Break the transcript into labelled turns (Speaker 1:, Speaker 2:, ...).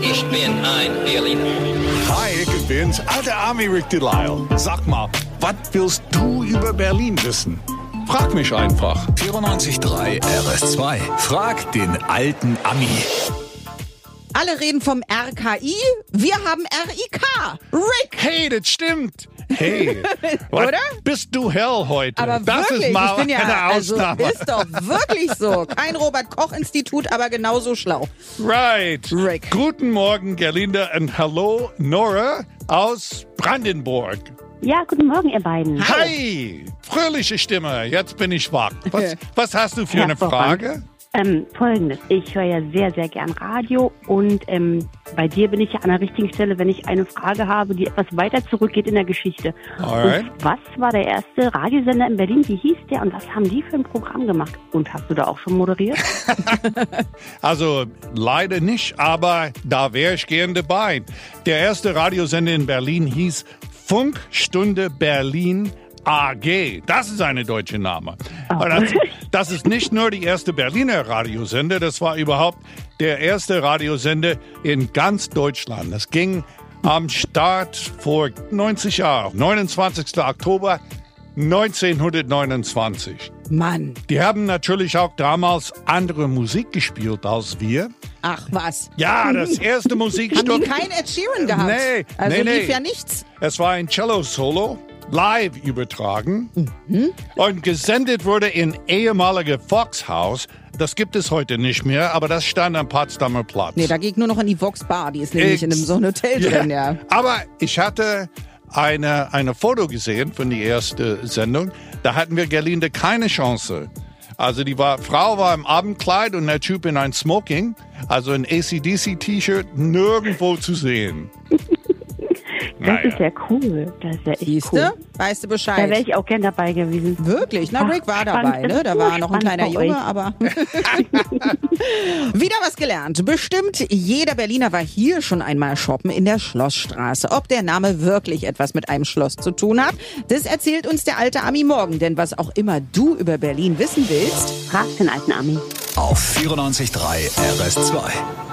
Speaker 1: Ich bin ein Berliner.
Speaker 2: Hi, ich bin's, alter Army Rick Delisle. Sag mal, was willst du über Berlin wissen? Frag mich einfach.
Speaker 3: 94.3 RS2. Frag den alten Ami.
Speaker 4: Alle reden vom RKI, wir haben RIK. Rick!
Speaker 2: Hey, das stimmt. Hey, wat
Speaker 4: Oder?
Speaker 2: bist du hell heute?
Speaker 4: Aber
Speaker 2: das
Speaker 4: wirklich,
Speaker 2: ist mal
Speaker 4: ich bin ja,
Speaker 2: eine Ausnahme.
Speaker 4: also ist doch wirklich so. Kein Robert-Koch-Institut, aber genauso schlau.
Speaker 2: right.
Speaker 4: Rick.
Speaker 2: Guten Morgen, Gerlinde, und hallo, Nora aus Brandenburg.
Speaker 5: Ja, guten Morgen, ihr beiden.
Speaker 2: Hi, fröhliche Stimme, jetzt bin ich wach. Was, was hast du für eine
Speaker 5: Hervorragend.
Speaker 2: Frage?
Speaker 5: Ähm, Folgendes, ich höre ja sehr, sehr gern Radio und ähm, bei dir bin ich ja an der richtigen Stelle, wenn ich eine Frage habe, die etwas weiter zurückgeht in der Geschichte.
Speaker 2: Alright.
Speaker 5: Und was war der erste Radiosender in Berlin? Wie hieß der und was haben die für ein Programm gemacht? Und hast du da auch schon moderiert?
Speaker 2: Also leider nicht, aber da wäre ich gern dabei. Der erste Radiosender in Berlin hieß Funkstunde Berlin AG. Das ist eine deutsche Name. Aber Das, das ist nicht nur die erste Berliner Radiosender, das war überhaupt der erste Radiosender in ganz Deutschland. Das ging am Start vor 90 Jahren, 29. Oktober 1929.
Speaker 4: Mann,
Speaker 2: Die haben natürlich auch damals andere Musik gespielt als wir.
Speaker 4: ach was.
Speaker 2: Ja, das erste
Speaker 4: Haben
Speaker 2: Musikstück.
Speaker 4: die kein Ed Sheeran gehabt?
Speaker 2: Nee,
Speaker 4: also
Speaker 2: nee, nee.
Speaker 4: lief ja nichts.
Speaker 2: Es war ein Cello-Solo, live übertragen
Speaker 4: Mhm.
Speaker 2: und gesendet wurde in ehemalige Foxhaus. Das gibt es heute nicht mehr, aber das stand am Potsdamer Platz.
Speaker 4: Nee, da ging nur noch in die Vox Bar, die ist nämlich in einem so einem Hotel drin, ja.
Speaker 2: Aber ich hatte eine, eine Foto gesehen von der ersten Sendung. Da hatten wir Gerlinde keine Chance. Also die war, Frau war im Abendkleid und der Typ in ein Smoking, also ein ACDC-T-Shirt, nirgendwo zu sehen.
Speaker 5: Das ist ja cool. Das ist ja echt
Speaker 4: Siehste?
Speaker 5: cool.
Speaker 4: Weißt du
Speaker 5: Da wäre
Speaker 4: Bescheid?
Speaker 5: ich auch gern dabei gewesen.
Speaker 4: Wirklich, na,
Speaker 5: Ach,
Speaker 4: Rick war
Speaker 5: spannend.
Speaker 4: dabei, ne? Da war noch ein kleiner
Speaker 5: Spannend bei
Speaker 4: Junge,
Speaker 5: euch.
Speaker 4: aber. Wieder was gelernt. Bestimmt jeder Berliner war hier schon einmal shoppen in der Schlossstraße. Ob der Name wirklich etwas mit einem Schloss zu tun hat, das erzählt uns der alte Ami morgen. Denn was auch immer du über Berlin wissen willst,
Speaker 5: Frag den alten Ami.
Speaker 3: Auf 94.3 RS2.